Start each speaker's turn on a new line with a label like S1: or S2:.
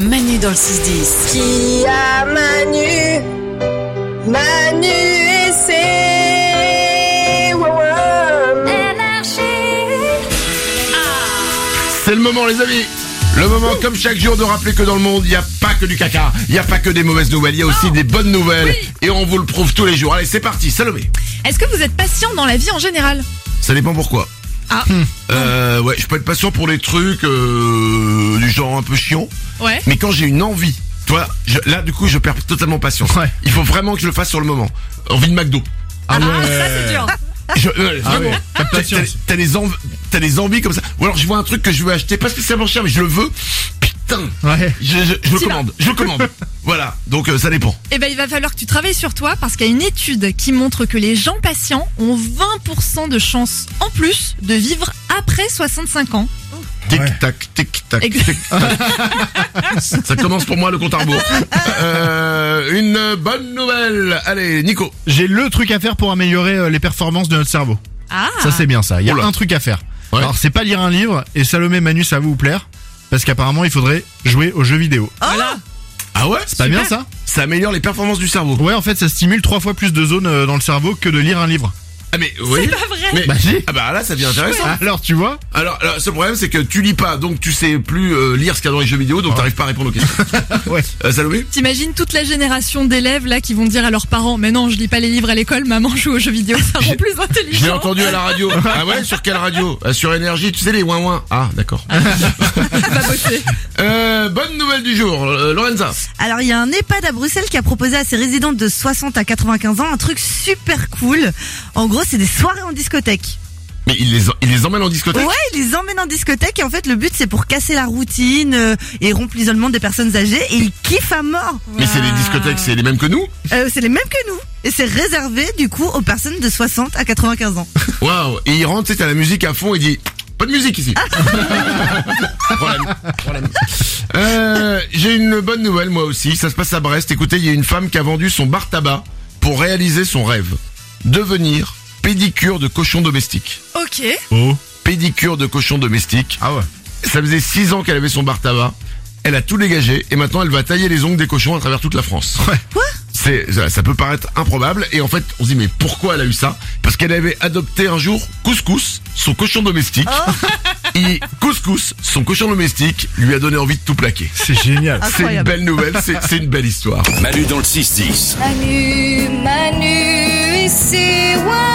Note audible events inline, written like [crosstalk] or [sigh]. S1: Manu dans le 6-10.
S2: Qui a Manu Manu et ses Wawam.
S3: C'est le moment les amis le moment, comme chaque jour, de rappeler que dans le monde, il n'y a pas que du caca, il n'y a pas que des mauvaises nouvelles, il y a aussi des bonnes nouvelles. Et on vous le prouve tous les jours. Allez, c'est parti, Salomé.
S4: Est-ce que vous êtes patient dans la vie en général
S3: Ça dépend pourquoi.
S4: Ah.
S3: Euh, ouais, je peux être patient pour des trucs euh, du genre un peu chiant.
S4: Ouais.
S3: Mais quand j'ai une envie, toi, je, là, du coup, je perds totalement patience.
S5: Ouais.
S3: Il faut vraiment que je le fasse sur le moment. Envie de McDo.
S5: Ah ouais.
S4: Ça c'est dur.
S3: Je- euh,
S5: Ah
S3: vraiment.
S5: ouais, t'as
S3: T'as-
S5: patience.
S3: T'as des env- t'as des envies comme ça. Ou alors je vois un truc que je veux acheter, pas spécialement cher, mais je le veux. Putain.
S5: Ouais.
S3: Je, je- je le
S4: T'y vas.
S3: commande. Je le commande. voilà. Donc euh, ça dépend.
S4: Eh ben, il va falloir que tu travailles sur toi parce qu'il y a une étude qui montre que les gens patients ont 20% de chances en plus de vivre après 65 ans.
S3: Tic
S5: Ouais.
S3: tac, tic tac,
S4: Ex-
S3: tic tac. ça commence pour moi le compte à rebours. Euh, une bonne nouvelle. Allez, Nico.
S5: J'ai le truc à faire pour améliorer euh, les performances de notre cerveau.
S4: Ah.
S5: Ça c'est bien ça. Il y a
S3: Oula.
S5: un truc à faire.
S3: Ouais.
S5: Alors c'est pas lire un livre et Salomé Manu ça va vous plaire parce qu'apparemment il faudrait jouer aux jeux vidéo.
S3: Ah ouais
S5: C'est pas bien ça
S3: Ça améliore les performances du cerveau.
S5: Ouais en fait ça stimule trois fois plus de zones euh, dans le cerveau que de lire un livre.
S3: Ah mais oui.
S4: pas vrai.
S3: Mais,
S5: Bah si.
S3: ah bah là ça devient intéressant.
S5: Alors tu vois
S3: Alors, alors, le seul problème c'est que tu lis pas, donc tu sais plus euh, lire ce qu'il y a dans les jeux vidéo, donc t'arrives pas à répondre aux questions.
S5: Ouais.
S3: Euh, Salomé
S4: T'imagines toute la génération d'élèves là qui vont dire à leurs parents mais non je lis pas les livres à l'école maman joue aux jeux vidéo ça rend plus
S3: Je l'ai
S4: intelligent.
S3: entendu à la radio. Ah ouais, sur quelle radio Ah, Sur énergie, tu sais les ouin ouin. Ah, d'accord.
S4: Va
S3: [laughs]
S4: bosser.
S3: Euh, bonne nouvelle du jour, euh, Lorenza.
S6: Alors il y a un EHPAD à Bruxelles qui a proposé à ses résidents de 60 à 95 ans un truc super cool. En gros, c'est des soirées en discothèque.
S3: Mais il les, il les emmène en
S6: Ouais,
S3: discothèque
S6: ils les emmènent en discothèque et en fait le but c'est pour casser la routine euh, et rompre l'isolement des personnes âgées et ils kiffent à mort.
S3: Mais c'est les discothèques, c'est les mêmes que nous
S6: Euh, c'est les mêmes que nous et c'est réservé du coup aux personnes de 60 à 95 ans.
S3: Waouh Et il rentre, tu sais, t'as la musique à fond, il dit... Pas de musique ici. Problème, problème. Euh, J'ai une bonne nouvelle moi aussi. Ça se passe à Brest. Écoutez, il y a une femme qui a vendu son bar tabac pour réaliser son rêve devenir pédicure de cochon domestique.
S4: ok.
S5: Oh.
S3: Mmh. Pédicure de cochon domestique.
S5: Ah ouais.
S3: Ça faisait 6 ans qu'elle avait son bar tabac. Elle a tout dégagé et maintenant elle va tailler les ongles des cochons à travers toute la France.
S5: Ouais.
S3: Quoi C'est ça, ça peut paraître improbable et en fait on se dit mais pourquoi elle a eu ça Parce qu'elle avait adopté un jour couscous, son cochon domestique. [laughs] Et couscous, son cochon domestique, lui a donné envie de tout plaquer.
S5: C'est génial.
S3: C'est une
S6: Incroyable.
S3: belle nouvelle, c'est c'est une belle histoire.
S7: Manu dans le 6-10.
S2: Manu, Manu et ses Wawam.